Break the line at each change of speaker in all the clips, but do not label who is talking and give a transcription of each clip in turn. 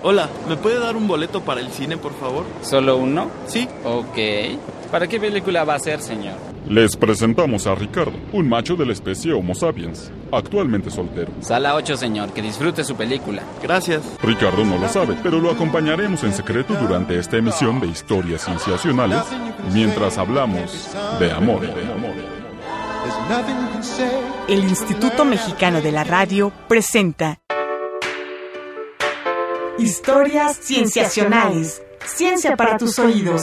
Hola, ¿me puede dar un boleto para el cine, por favor?
¿Solo uno?
Sí.
Ok. ¿Para qué película va a ser, señor?
Les presentamos a Ricardo, un macho de la especie Homo sapiens, actualmente soltero.
Sala 8, señor. Que disfrute su película.
Gracias.
Ricardo no lo sabe, pero lo acompañaremos en secreto durante esta emisión de historias sensacionales mientras hablamos de amor.
El Instituto Mexicano de la Radio presenta Historias Cienciacionales. Ciencia para tus oídos.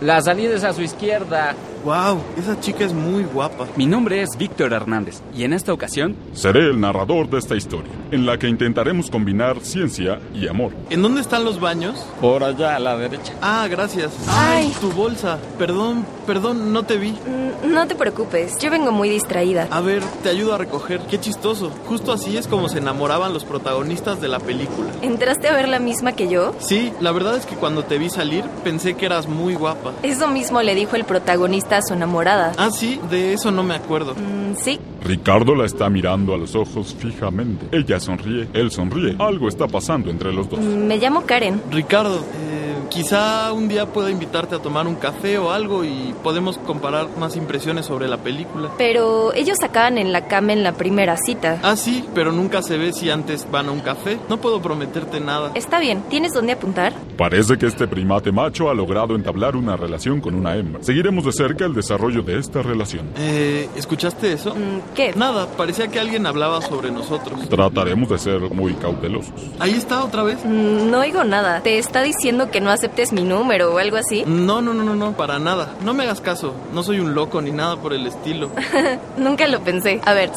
La salida es a su izquierda.
Wow, esa chica es muy guapa.
Mi nombre es Víctor Hernández y en esta ocasión
Seré el narrador de esta historia, en la que intentaremos combinar ciencia y amor.
¿En dónde están los baños?
por allá a la derecha.
Ah, gracias.
Ay.
tu bolsa. Perdón, perdón, no te vi.
Mm, No te preocupes, yo vengo muy distraída.
A ver, te ayudo a recoger. Qué chistoso. Justo así es como se enamoraban los protagonistas de la película.
¿Entraste a ver la misma que yo?
Sí, la verdad es que cuando te vi salir pensé que eras muy guapa.
Eso mismo le dijo el protagonista a su enamorada.
Ah, sí, de eso no me acuerdo.
Mm, sí,
Ricardo la está mirando a los ojos fijamente. Ella sonríe, él sonríe. Algo está pasando entre los dos.
mm, me llamo Karen.
Ricardo, eh, quizá un día pueda invitarte a tomar un café o algo y podemos comparar más impresiones sobre la película.
Pero ellos acaban en la cama en la primera cita.
Ah, sí, pero nunca se ve si antes van a un café. No puedo prometerte nada.
Está bien, ¿tienes dónde apuntar?
Parece que este primate macho ha logrado entablar una relación con una hembra. Seguiremos de cerca el desarrollo de esta relación.
Eh, ¿escuchaste eso?
Mm, ¿Qué?
Nada, parecía que alguien hablaba sobre nosotros.
Trataremos de ser muy cautelosos.
Ahí está otra vez.
Mm, No oigo nada. ¿Te está diciendo que no aceptes mi número o algo así?
No, no, no, no, no, para nada. No me hagas caso. No soy un loco ni nada por el estilo.
Nunca lo pensé. A ver,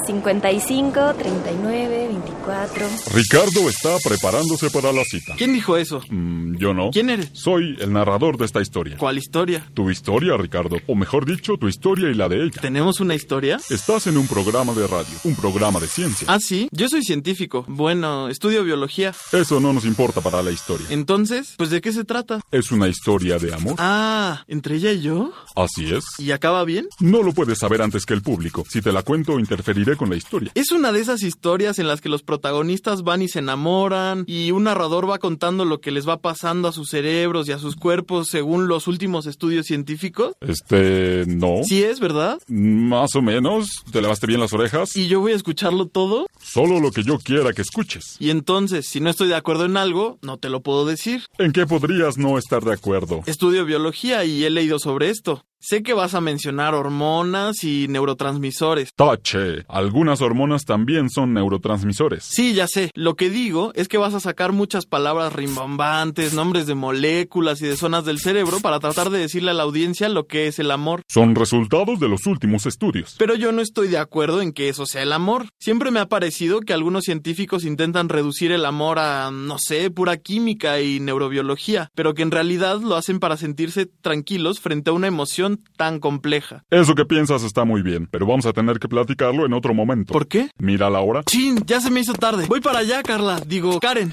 55, 39, 24.
Ricardo está preparándose para la cita.
¿Quién dijo eso?
Mm, yo no.
¿Quién eres?
Soy el narrador de esta historia.
¿Cuál historia?
Tu historia, Ricardo. O mejor dicho, tu historia y la de ella.
¿Tenemos una historia?
Estás en un programa de radio, un programa de ciencia.
Ah, sí. Yo soy científico. Bueno, estudio biología.
Eso no nos importa para la historia.
Entonces, pues ¿de qué se trata?
Es una historia de amor.
Ah, ¿entre ella y yo?
Así es.
¿Y acaba bien?
No lo puedes saber antes que el público. Si te la cuento, interferiré con la historia.
Es una de esas historias en las que los protagonistas van y se enamoran y un narrador va contando lo que les va pasando a sus cerebros y a sus cuerpos según los últimos estudios científicos.
Este, no.
Sí es, ¿verdad?
Más o menos. ¿Te lavaste bien las orejas?
Y yo voy a escucharlo todo
Solo lo que yo quiera que escuches.
y entonces, si no estoy de acuerdo en algo, no te lo puedo decir.
¿En qué podrías no estar de acuerdo?
Estudio biología y he leído sobre esto. Sé que vas a mencionar hormonas y neurotransmisores.
Tache. Algunas hormonas también son neurotransmisores.
Sí, ya sé. Lo que digo es que vas a sacar muchas palabras rimbombantes, nombres de moléculas y de zonas del cerebro para tratar de decirle a la audiencia lo que es el amor.
Son resultados de los últimos estudios.
Pero yo no estoy de acuerdo en que eso sea el amor. Siempre me ha parecido que algunos científicos intentan reducir el amor a, no sé, pura química y neurobiología, pero que en realidad lo hacen para sentirse tranquilos frente a una emoción tan compleja.
Eso que piensas está muy bien, pero vamos a tener que platicarlo en otro momento.
¿Por qué?
Mira la hora.
Chin, ya se me hizo tarde. Voy para allá, Carla. Digo, Karen.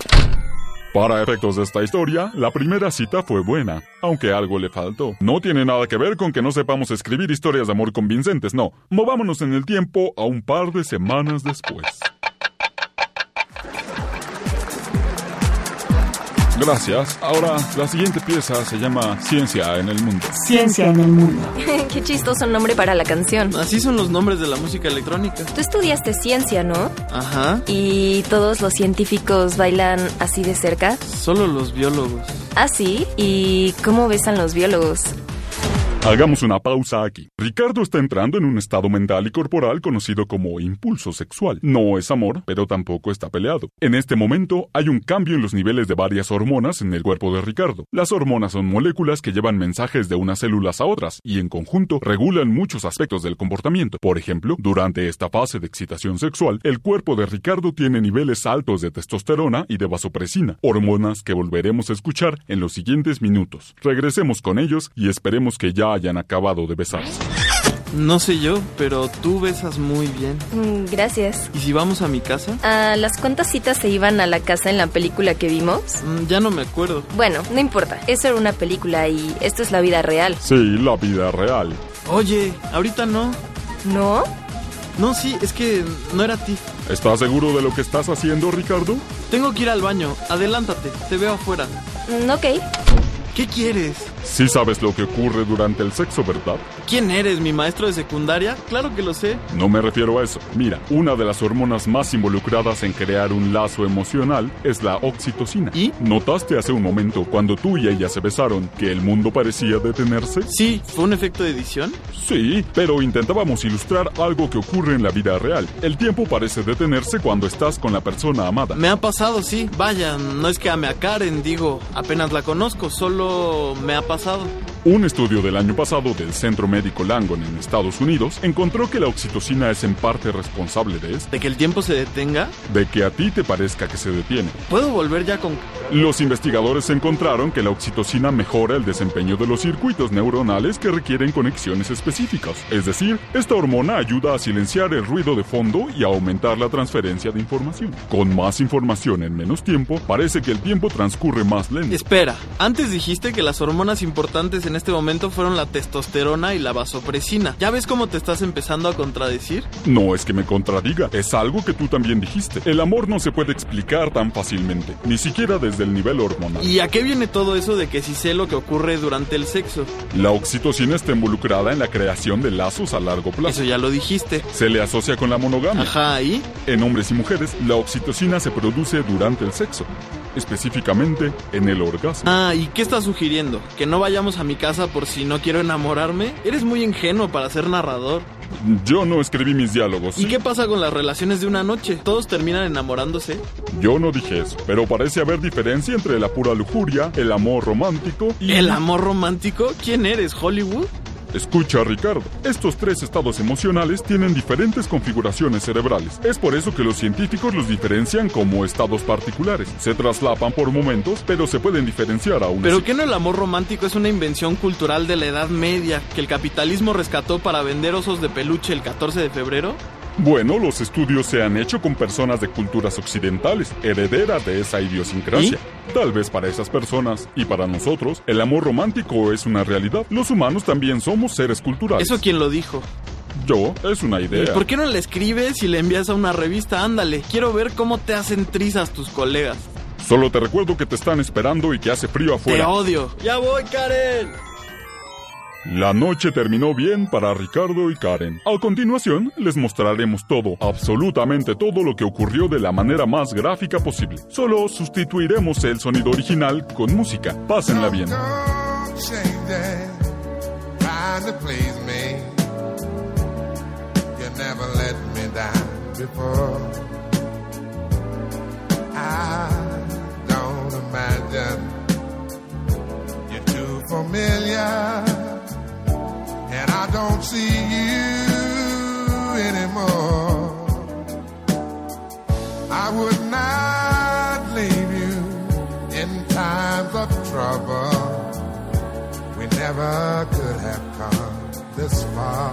Para efectos de esta historia, la primera cita fue buena, aunque algo le faltó. No tiene nada que ver con que no sepamos escribir historias de amor convincentes, no. Movámonos en el tiempo a un par de semanas después. Gracias. Ahora, la siguiente pieza se llama Ciencia en el Mundo.
Ciencia en el mundo.
Qué chistoso nombre para la canción.
Así son los nombres de la música electrónica.
Tú estudiaste ciencia, ¿no?
Ajá.
¿Y todos los científicos bailan así de cerca?
Solo los biólogos.
Ah, sí. ¿Y cómo besan los biólogos?
Hagamos una pausa aquí. Ricardo está entrando en un estado mental y corporal conocido como impulso sexual. No es amor, pero tampoco está peleado. En este momento hay un cambio en los niveles de varias hormonas en el cuerpo de Ricardo. Las hormonas son moléculas que llevan mensajes de unas células a otras y en conjunto regulan muchos aspectos del comportamiento. Por ejemplo, durante esta fase de excitación sexual, el cuerpo de Ricardo tiene niveles altos de testosterona y de vasopresina, hormonas que volveremos a escuchar en los siguientes minutos. Regresemos con ellos y esperemos que ya hayan acabado de besarse.
No sé yo, pero tú besas muy bien.
Mm, gracias.
¿Y si vamos a mi casa?
Ah, ¿Las cuántas citas se iban a la casa en la película que vimos?
Mm, ya no me acuerdo.
Bueno, no importa. Eso era una película y esto es la vida real.
Sí, la vida real.
Oye, ahorita no.
¿No?
No, sí, es que no era a ti.
¿Estás seguro de lo que estás haciendo, Ricardo?
Tengo que ir al baño. Adelántate, te veo afuera.
Mm, ok.
¿Qué quieres?
Sí sabes lo que ocurre durante el sexo, ¿verdad?
¿Quién eres, mi maestro de secundaria? Claro que lo sé.
No me refiero a eso. Mira, una de las hormonas más involucradas en crear un lazo emocional es la oxitocina.
¿Y?
¿Notaste hace un momento, cuando tú y ella se besaron, que el mundo parecía detenerse?
Sí, fue un efecto de edición.
Sí, pero intentábamos ilustrar algo que ocurre en la vida real. El tiempo parece detenerse cuando estás con la persona amada.
Me ha pasado, sí. Vaya, no es que ame a Karen, digo, apenas la conozco, solo me ha pasado.
Un estudio del año pasado del Centro Médico Langon en Estados Unidos encontró que la oxitocina es en parte responsable de esto,
¿De que el tiempo se detenga?
de que a ti te parezca que se detiene.
¿Puedo volver ya con...
Los investigadores encontraron que la oxitocina mejora el desempeño de los circuitos neuronales que requieren conexiones específicas. Es decir, esta hormona ayuda a silenciar el ruido de fondo y a aumentar la transferencia de información. Con más información en menos tiempo, parece que el tiempo transcurre más lento.
Espera, antes dijiste que las hormonas importantes en este momento fueron la testosterona y la vasopresina. ¿Ya ves cómo te estás empezando a contradecir?
No es que me contradiga, es algo que tú también dijiste. El amor no se puede explicar tan fácilmente, ni siquiera desde el nivel hormonal.
¿Y a qué viene todo eso de que si sé lo que ocurre durante el sexo?
La oxitocina está involucrada en la creación de lazos a largo plazo.
Eso ya lo dijiste.
Se le asocia con la monogamia.
Ajá, ¿y?
En hombres y mujeres, la oxitocina se produce durante el sexo, específicamente en el orgasmo.
Ah, ¿y qué estás sugiriendo? ¿Que no vayamos a mi casa por si no quiero enamorarme? Eres muy ingenuo para ser narrador.
Yo no escribí mis diálogos.
¿Y qué pasa con las relaciones de una noche? ¿Todos terminan enamorándose?
Yo no dije eso, pero parece haber diferencia entre la pura lujuria, el amor romántico y...
¿El amor romántico? ¿Quién eres, Hollywood?
Escucha, Ricardo. Estos tres estados emocionales tienen diferentes configuraciones cerebrales. Es por eso que los científicos los diferencian como estados particulares. Se traslapan por momentos, pero se pueden diferenciar aún
¿Pero
así.
qué no el amor romántico es una invención cultural de la Edad Media que el capitalismo rescató para vender osos de peluche el 14 de febrero?
Bueno, los estudios se han hecho con personas de culturas occidentales, herederas de esa idiosincrasia. Tal vez para esas personas y para nosotros, el amor romántico es una realidad. Los humanos también somos seres culturales.
¿Eso quién lo dijo?
Yo, es una
¿Y
idea.
por qué no la escribes y la envías a una revista? Ándale, quiero ver cómo te hacen trizas tus colegas.
Solo te recuerdo que te están esperando y que hace frío
Te
afuera.
odio. Ya voy, Karen.
La noche terminó bien para Ricardo y Karen. A continuación, les mostraremos todo, absolutamente todo lo que ocurrió de la manera más gráfica posible. Solo sustituiremos el sonido original con música. Pásenla bien.
Don't shake that, trying to please me. You never let me down before. I don't imagine you're too familiar, and I don't see you anymore. I would not leave you in times of trouble. We never could have come this far.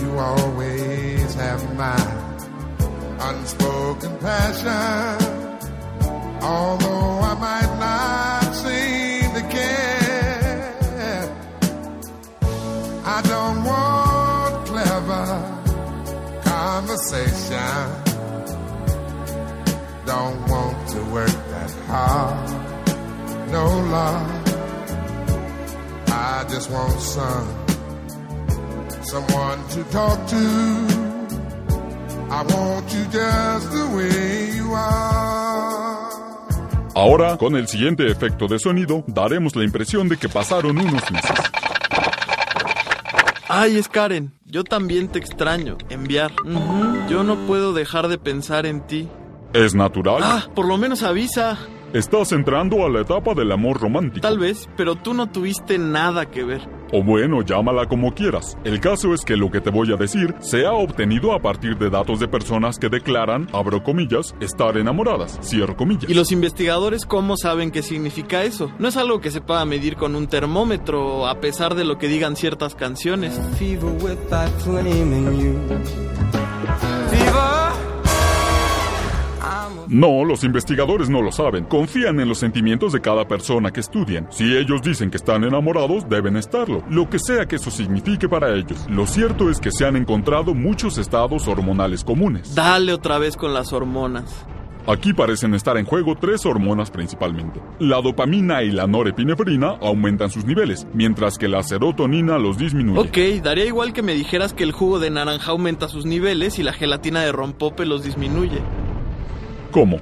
you always have my unspoken passion. Although I might not seem to care, I don't want clever conversation. Don't want to work that hard no love. I just want some, someone to talk to. I want you just the way you are.
Ahora, con el siguiente efecto de sonido, daremos la impresión de que pasaron unos meses.
Ay, es Karen. Yo también te extraño. Enviar. Ujú. Yo no puedo dejar de pensar en ti.
Es natural.
Ah, por lo menos avisa.
Estás entrando a la etapa del amor romántico.
Tal vez, pero tú no tuviste nada que ver.
O bueno, llámala como quieras. El caso es que lo que te voy a decir se ha obtenido a partir de datos de personas que declaran, abro comillas, estar enamoradas, cierro comillas.
¿Y los investigadores cómo saben qué significa eso? No es algo que se pueda medir con un termómetro, a pesar de lo que digan ciertas canciones.
fever without claiming you. Fever.
No, los investigadores no lo saben. Confían en los sentimientos de cada persona que estudian. Si ellos dicen que están enamorados, deben estarlo, lo que sea que eso signifique para ellos. Lo cierto es que se han encontrado muchos estados hormonales comunes.
Dale otra vez con las hormonas.
Aquí parecen estar en juego tres hormonas principalmente. La dopamina y la norepinefrina aumentan sus niveles, mientras que la serotonina los disminuye.
Ok, daría igual que me dijeras que el jugo de naranja aumenta sus niveles y la gelatina de rompope los disminuye.
¿Cómo?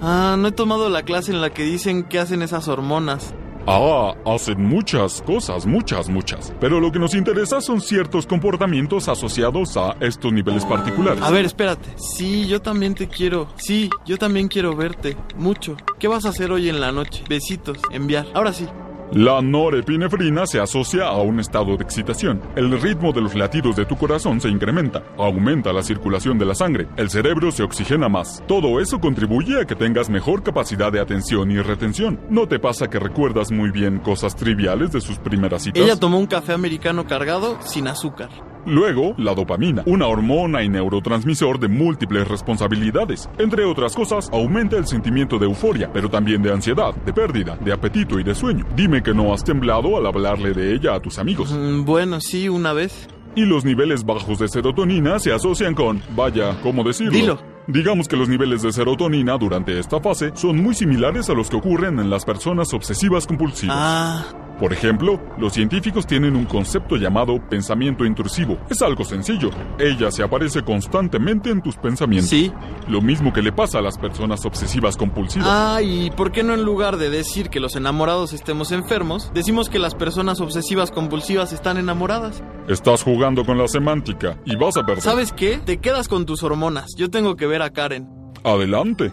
Ah, no he tomado la clase en la que dicen qué hacen esas hormonas.
Ah, hacen muchas cosas, muchas, muchas. Pero lo que nos interesa son ciertos comportamientos asociados a estos niveles particulares.
A ver, espérate. Sí, yo también te quiero. Sí, yo también quiero verte. Mucho. ¿Qué vas a hacer hoy en la noche? Besitos. Enviar. Ahora sí.
La norepinefrina se asocia a un estado de excitación. El ritmo de los latidos de tu corazón se incrementa, aumenta la circulación de la sangre, el cerebro se oxigena más. Todo eso contribuye a que tengas mejor capacidad de atención y retención. ¿No te pasa que recuerdas muy bien cosas triviales de sus primeras citas?
Ella tomó un café americano cargado sin azúcar.
Luego, la dopamina, una hormona y neurotransmisor de múltiples responsabilidades. Entre otras cosas, aumenta el sentimiento de euforia, pero también de ansiedad, de pérdida, de apetito y de sueño. Dime que no has temblado al hablarle de ella a tus amigos.
Mm, bueno, sí, una vez.
Y los niveles bajos de serotonina se asocian con, vaya, ¿cómo decirlo?
Dilo.
Digamos que los niveles de serotonina durante esta fase son muy similares a los que ocurren en las personas obsesivas compulsivas.
Ah,
Por ejemplo, los científicos tienen un concepto llamado pensamiento intrusivo. Es algo sencillo. Ella se aparece constantemente en tus pensamientos.
sí.
Lo mismo que le pasa a las personas obsesivas compulsivas.
Ah, ¿y por qué no en lugar de decir que los enamorados estemos enfermos, decimos que las personas obsesivas compulsivas están enamoradas?
Estás jugando con la semántica y vas a perder.
¿Sabes qué? Te quedas con tus hormonas. Yo tengo que ver a Karen.
Adelante.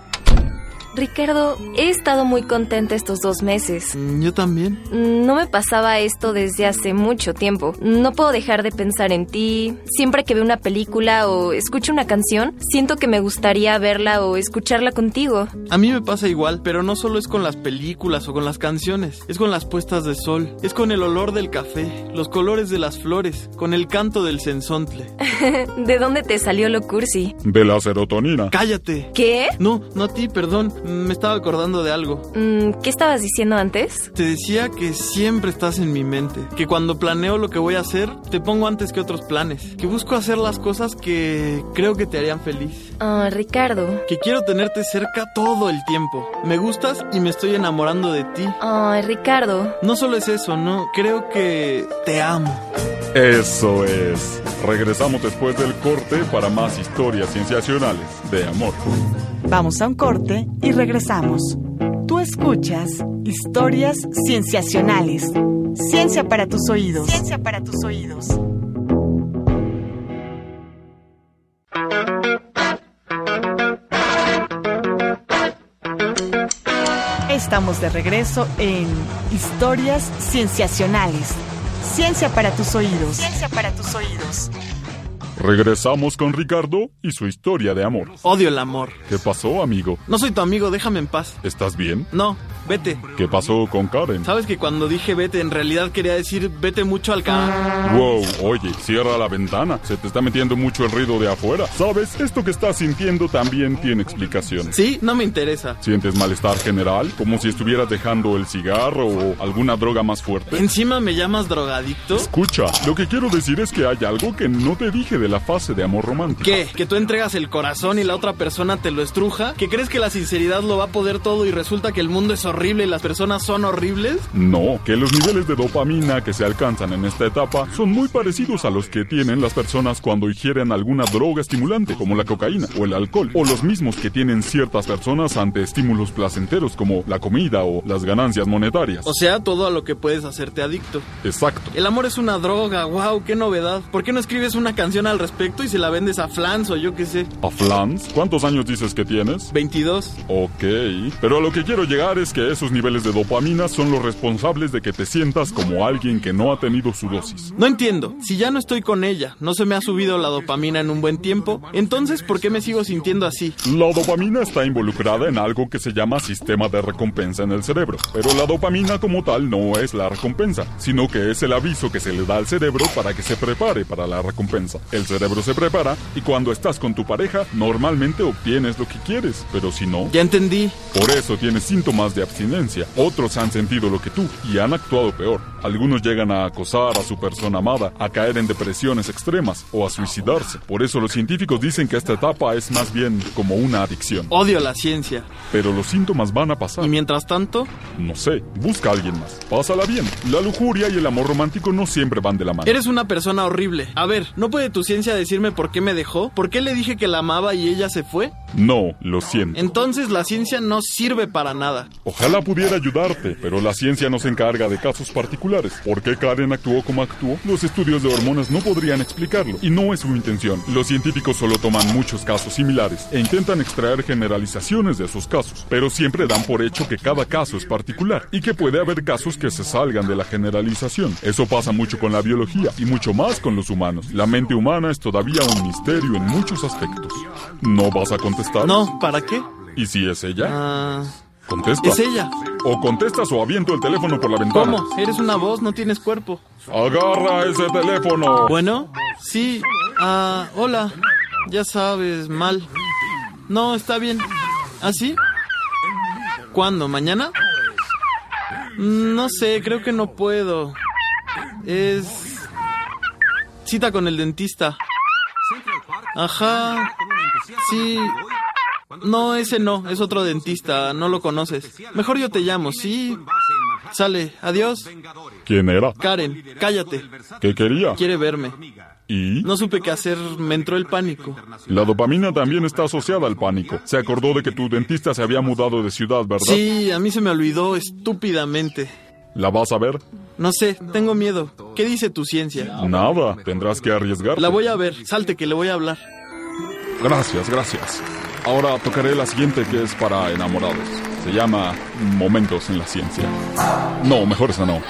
Ricardo, he estado muy contenta estos dos meses.
Mm, Yo también.
No me pasaba esto desde hace mucho tiempo. No puedo dejar de pensar en ti. Siempre que veo una película o escucho una canción, siento que me gustaría verla o escucharla contigo.
A mí me pasa igual, pero no solo es con las películas o con las canciones, es con las puestas de sol, es con el olor del café, los colores de las flores, con el canto del sensontle.
¿De dónde te salió lo cursi?
De la serotonina.
¡Cállate!
¿Qué?
No, no a ti, perdón, Mm, me estaba acordando de algo.
Mm, ¿Qué estabas diciendo antes?
Te decía que siempre estás en mi mente, que cuando planeo lo que voy a hacer, te pongo antes que otros planes, que busco hacer las cosas que creo que te harían feliz,
Ah, Ricardo.
que quiero tenerte cerca todo el tiempo. Me gustas y me estoy enamorando de ti.
Ay, Ah, Ricardo.
No solo es eso, no, creo que te amo.
Eso es. Regresamos después del corte para más historias cienciacionales de amor.
Vamos a un corte y regresamos. Tú escuchas historias cienciacionales. Ciencia para tus oídos. Ciencia para tus oídos. Estamos de regreso en Historias Cienciacionales. Ciencia para tus oídos. Ciencia para tus oídos.
Regresamos con Ricardo y su historia de amor.
Odio el amor.
¿Qué pasó, amigo?
No soy tu amigo, déjame en paz.
¿Estás bien?
No, vete.
¿Qué pasó con Karen?
Sabes que cuando dije vete, en realidad quería decir vete mucho al ca...
Wow, oye, cierra la ventana. Se te está metiendo mucho el ruido de afuera. ¿Sabes? Esto que estás sintiendo también tiene explicaciones.
Sí, no me interesa.
¿Sientes malestar general? ¿Como si estuvieras dejando el cigarro o alguna droga más fuerte?
Encima me llamas drogadicto.
Escucha, lo que quiero decir es que hay algo que no te dije de la fase de amor romántico.
¿Qué? ¿Que tú entregas el corazón y la otra persona te lo estruja? ¿Que crees que la sinceridad lo va a poder todo y resulta que el mundo es horrible y las personas son horribles?
No, que los niveles de dopamina que se alcanzan en esta etapa son muy parecidos a los que tienen las personas cuando ingieren alguna droga estimulante, como la cocaína o el alcohol, o los mismos que tienen ciertas personas ante estímulos placenteros como la comida o las ganancias monetarias.
O sea, todo a lo que puedes hacerte adicto.
Exacto.
El amor es una droga, wow, qué novedad. ¿Por qué no escribes una canción al respecto y se la vendes a Flans o yo qué sé?
¿A Flans? ¿Cuántos años dices que tienes?
22.
Ok, pero a lo que quiero llegar es que esos niveles de dopamina son los responsables de que te sientas como alguien que no ha tenido su dosis.
No entiendo. Si ya no estoy con ella, no se me ha subido la dopamina en un buen tiempo, entonces ¿por qué me sigo sintiendo así?
La dopamina está involucrada en algo que se llama sistema de recompensa en el cerebro, pero la dopamina como tal no es la recompensa, sino que es el aviso que se le da al cerebro para que se prepare para la recompensa. El cerebro se prepara y cuando estás con tu pareja normalmente obtienes lo que quieres, pero si no,
Ya entendí.
por eso tienes síntomas de abstinencia. Otros han sentido lo que tú y han actuado peor. Algunos llegan a acosar a su persona amada, a caer en depresiones extremas o a suicidarse. Por eso los científicos dicen que esta etapa es más bien como una adicción.
Odio la ciencia.
Pero los síntomas van a pasar.
Y mientras tanto,
No sé, busca a alguien más. Pásala bien. La lujuria y el amor romántico no siempre van de la mano.
eres una persona horrible. A ver, ¿no puede tu ciencia decirme por qué me dejó? ¿Por qué le dije que la amaba y ella se fue?
No, lo siento.
Entonces la ciencia no sirve para nada.
Ojalá pudiera ayudarte, pero la ciencia no se encarga de casos particulares. ¿Por qué Karen actuó como actuó? Los estudios de hormonas no podrían explicarlo, y no es su intención. Los científicos solo toman muchos casos similares e intentan extraer generalizaciones de esos casos, pero siempre dan por hecho que cada caso es particular y que puede haber casos que se salgan de la generalización. Eso pasa mucho con la biología y mucho más con los humanos. La mente humana es todavía un misterio en muchos aspectos. ¿No vas a contestar?
No, ¿para qué?
¿Y si es ella?
Ah,
Contesta.
es ella.
O contestas o aviento el teléfono por la ventana.
¿Cómo? Eres una voz, no tienes cuerpo.
Agarra ese teléfono.
Bueno, sí. Ah, hola. Ya sabes, mal. No, está bien. ¿Ah, sí? ¿Cuándo? ¿Mañana? Mm, No sé, creo que no puedo. Es... Cita con el dentista. Ajá. Sí. No, ese no, es otro dentista, no lo conoces. Mejor yo te llamo, sí. Sale, adiós.
¿Quién era?
Karen, cállate.
¿Qué quería?
Quiere verme.
¿Y?
No supe qué hacer, me entró el pánico.
La dopamina también está asociada al pánico. Se acordó de que tu dentista se había mudado de ciudad, ¿verdad?
Sí, a mí se me olvidó estúpidamente.
¿La vas a ver?
No sé, tengo miedo. ¿Qué dice tu ciencia?
Nada. Tendrás que arriesgar.
La voy a ver, salte que le voy a hablar.
Gracias, gracias. Ahora tocaré la siguiente que es para enamorados. Se llama Momentos en la Ciencia. No, mejor esa no.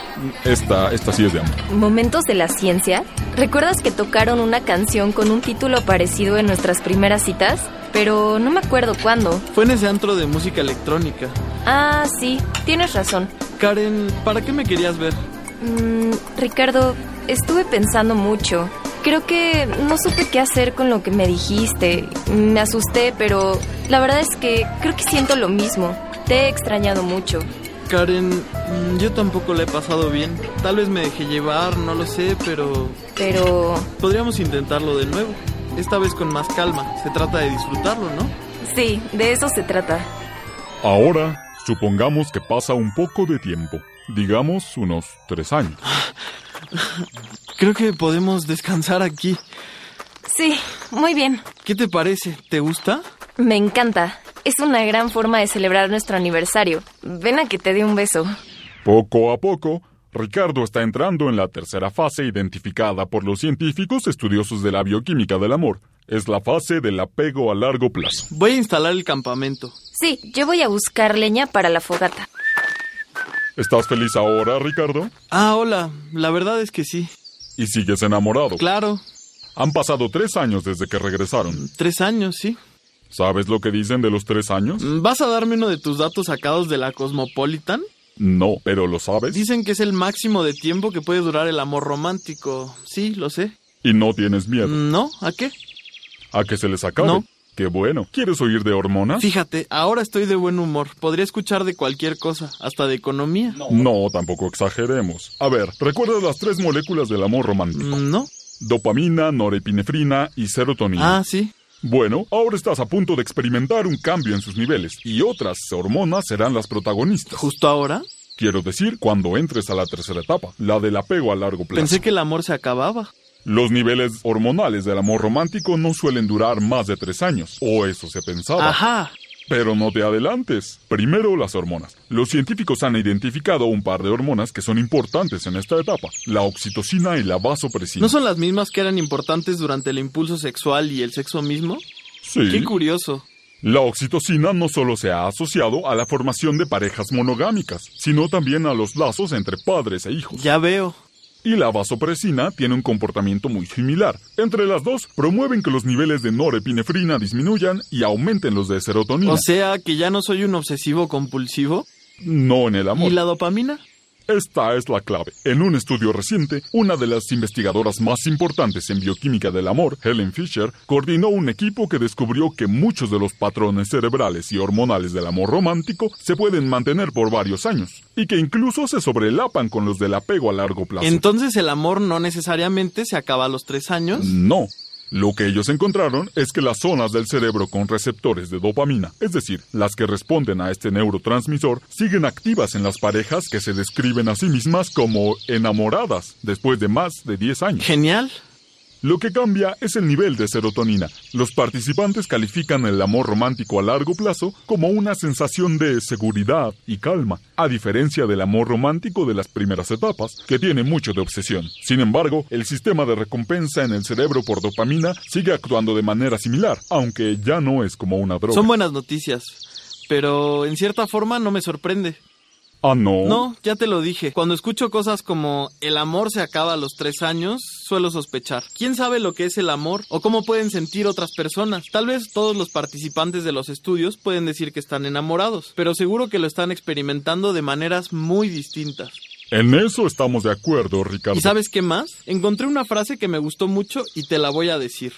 Esta, esta sí es de amor.
Momentos de la ciencia. ¿Recuerdas que tocaron una canción con un título parecido en nuestras primeras citas? Pero no me acuerdo cuándo.
Fue en ese antro de música electrónica.
Ah, sí, tienes razón.
Karen, ¿para qué me querías ver?
Mm, Ricardo, estuve pensando mucho. Creo que no supe qué hacer con lo que me dijiste. Me asusté, pero la verdad es que creo que siento lo mismo. Te he extrañado mucho.
Karen, mm, yo tampoco la he pasado bien. Tal vez me dejé llevar, no lo sé, pero
Pero...
podríamos intentarlo de nuevo. Esta vez con más calma. Se trata de disfrutarlo, ¿no?
Sí, de eso se trata.
Ahora, supongamos que pasa un poco de tiempo. Digamos unos tres años.
Creo que podemos descansar aquí.
Sí, muy bien.
¿Qué te parece? ¿Te gusta?
Me encanta. Es una gran forma de celebrar nuestro aniversario. Ven a que te dé un beso.
Poco a poco, Ricardo está entrando en la tercera fase identificada por los científicos estudiosos de la bioquímica del amor. Es la fase del apego a largo plazo.
Voy a instalar el campamento.
Sí, yo voy a buscar leña para la fogata.
¿Estás feliz ahora, Ricardo?
Ah, hola. La verdad es que sí.
¿Y sigues enamorado?
Claro.
Han pasado tres años desde que regresaron.
Tres años, sí. Mm,
¿Sabes lo que dicen de los tres años?
¿Vas a darme uno de tus datos sacados de la Cosmopolitan?
No, pero lo sabes.
Dicen que es el máximo de tiempo que puede durar el amor romántico. Sí, lo sé. Mm,
Y no tienes miedo.
¿No? ¿A qué?
¿A que se les acabe?
No.
Qué bueno. ¿Quieres oír de hormonas?
Fíjate, ahora estoy de buen humor. Podría escuchar de cualquier cosa, hasta de economía.
No, tampoco exageremos. A ver, ¿recuerdas las tres moléculas del amor romántico?
Mm, ¿No?
Dopamina, norepinefrina y serotonina.
Ah, sí.
Bueno, ahora estás a punto de experimentar un cambio en sus niveles y otras hormonas serán las protagonistas.
¿Justo ahora?
Quiero decir, cuando entres a la tercera etapa, la del apego a largo plazo.
Pensé que el amor se acababa.
Los niveles hormonales del amor romántico no suelen durar más de tres años, o eso se pensaba.
Ajá.
Pero no te adelantes. Primero las hormonas. Los científicos han identificado un par de hormonas que son importantes en esta etapa, la oxitocina y la vasopresina.
¿No son las mismas que eran importantes durante el impulso sexual y el sexo mismo?
Sí.
Qué curioso.
La oxitocina no solo se ha asociado a la formación de parejas monogámicas, sino también a los lazos entre padres e hijos.
Ya veo.
Y la vasopresina tiene un comportamiento muy similar. Entre las dos, promueven que los niveles de norepinefrina disminuyan y aumenten los de serotonina.
O sea que ya no soy un obsesivo compulsivo.
no en el amor.
¿Y la dopamina?
Esta es la clave. En un estudio reciente, una de las investigadoras más importantes en bioquímica del amor, Helen Fisher, coordinó un equipo que descubrió que muchos de los patrones cerebrales y hormonales del amor romántico se pueden mantener por varios años, y que incluso se sobrelapan con los del apego a largo plazo.
Entonces el amor no necesariamente se acaba a los tres años.
No. Lo que ellos encontraron es que las zonas del cerebro con receptores de dopamina, es decir, las que responden a este neurotransmisor, siguen activas en las parejas que se describen a sí mismas como enamoradas después de más de 10 años.
Genial.
Lo que cambia es el nivel de serotonina. Los participantes califican el amor romántico a largo plazo como una sensación de seguridad y calma, a diferencia del amor romántico de las primeras etapas, que tiene mucho de obsesión. Sin embargo, el sistema de recompensa en el cerebro por dopamina sigue actuando de manera similar, aunque ya no es como una droga.
Son buenas noticias. Pero en cierta forma no me sorprende.
Ah, no.
No, ya te lo dije. Cuando escucho cosas como el amor se acaba a los tres años, suelo sospechar. ¿Quién sabe lo que es el amor o cómo pueden sentir otras personas? Tal vez todos los participantes de los estudios pueden decir que están enamorados, pero seguro que lo están experimentando de maneras muy distintas.
En eso estamos de acuerdo, Ricardo.
¿Y sabes qué más? Encontré una frase que me gustó mucho y te la voy a decir.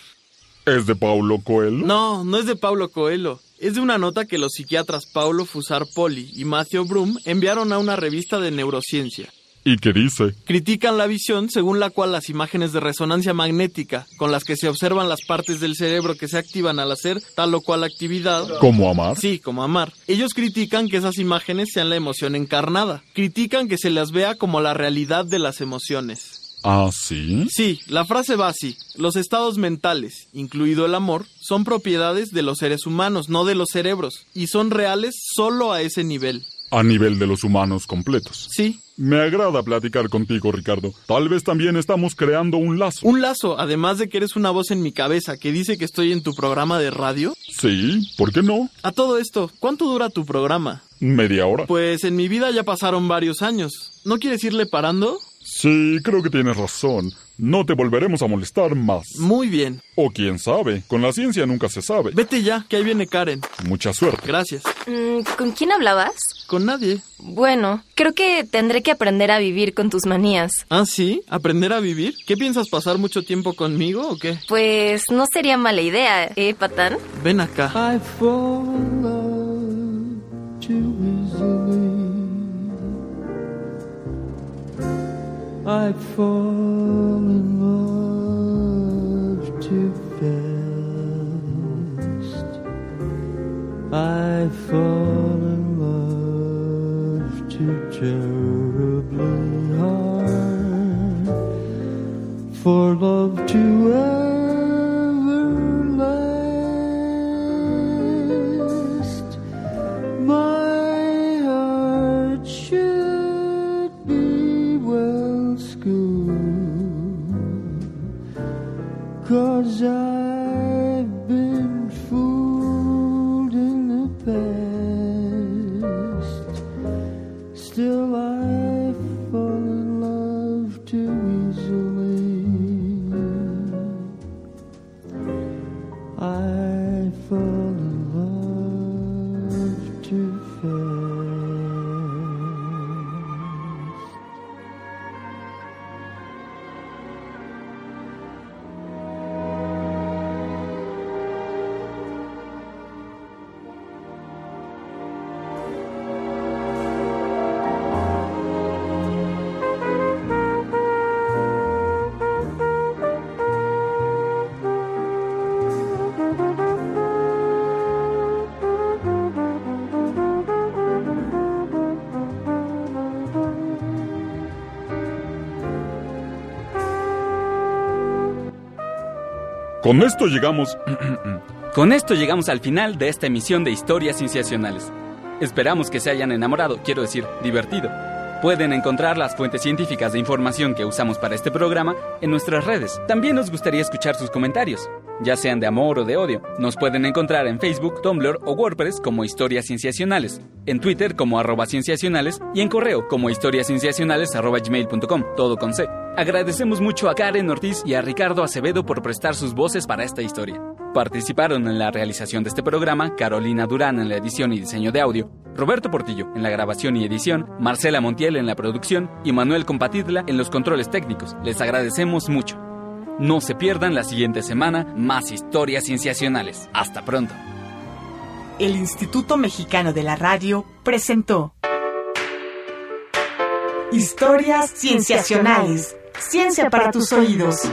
¿Es de Paulo Coelho?
No, no es de Pablo Coelho. Es de una nota que los psiquiatras Paulo Fusar Poli y Matthew Broom enviaron a una revista de neurociencia.
¿Y qué dice?
Critican la visión según la cual las imágenes de resonancia magnética, con las que se observan las partes del cerebro que se activan al hacer tal o cual actividad,
¿Cómo amar?
Sí, como amar. Ellos critican que esas imágenes sean la emoción encarnada. Critican que se las vea como la realidad de las emociones.
Ah, sí.
Sí, la frase va así. Los estados mentales, incluido el amor, son propiedades de los seres humanos, no de los cerebros, y son reales solo a ese nivel.
A nivel de los humanos completos.
Sí,
Me agrada platicar contigo, Ricardo. Tal vez también estamos creando un lazo.
un lazo, además de que eres una voz en mi cabeza que dice que estoy en tu programa de radio.
Sí, ¿por qué no?
A todo esto, ¿cuánto dura tu programa?
Media hora.
Pues en mi vida ya pasaron varios años. ¿No quieres irle parando?
Sí, creo que tienes razón. No te volveremos a molestar más.
Muy bien.
O quién sabe, con la ciencia nunca se sabe.
Vete ya, que ahí viene Karen.
Mucha suerte.
Gracias.
Mm, ¿Con quién hablabas?
Con nadie.
Bueno, creo que tendré que aprender a vivir con tus manías.
Ah, sí, aprender a vivir. ¿Qué piensas pasar mucho tiempo conmigo o qué?
Pues no sería mala idea, ¿eh, patán?
Ven acá.
I fall in love too easily. I fall in love too fast. I fall in love too terribly hard for love to ever last. My heart should be well schooled, cause I've been fooled in the past. Still, I fall in love too easily. I fall in love too fast.
Con esto llegamos
Con esto llegamos al final de esta emisión de Historias Cienciacionales. Esperamos que se hayan enamorado, quiero decir, divertido. Pueden encontrar las fuentes científicas de información que usamos para este programa en nuestras redes. También nos gustaría escuchar sus comentarios, ya sean de amor o de odio. Nos pueden encontrar en Facebook, Tumblr o WordPress como Historias Cienciacionales, en Twitter como arroba cienciacionales y en correo como historiascienciacionales arroba gmail.com, todo con C. Agradecemos mucho a Karen Ortiz y a Ricardo Acevedo por prestar sus voces para esta historia. Participaron en la realización de este programa Carolina Durán en la edición y diseño de audio, Roberto Portillo en la grabación y edición, Marcela Montiel en la producción y Manuel Compatidla en los controles técnicos. Les agradecemos mucho. No se pierdan la siguiente semana más historias cienciacionales. Hasta pronto.
El Instituto Mexicano de la Radio presentó Historias Cienciacionales. Ciencia para tus oídos.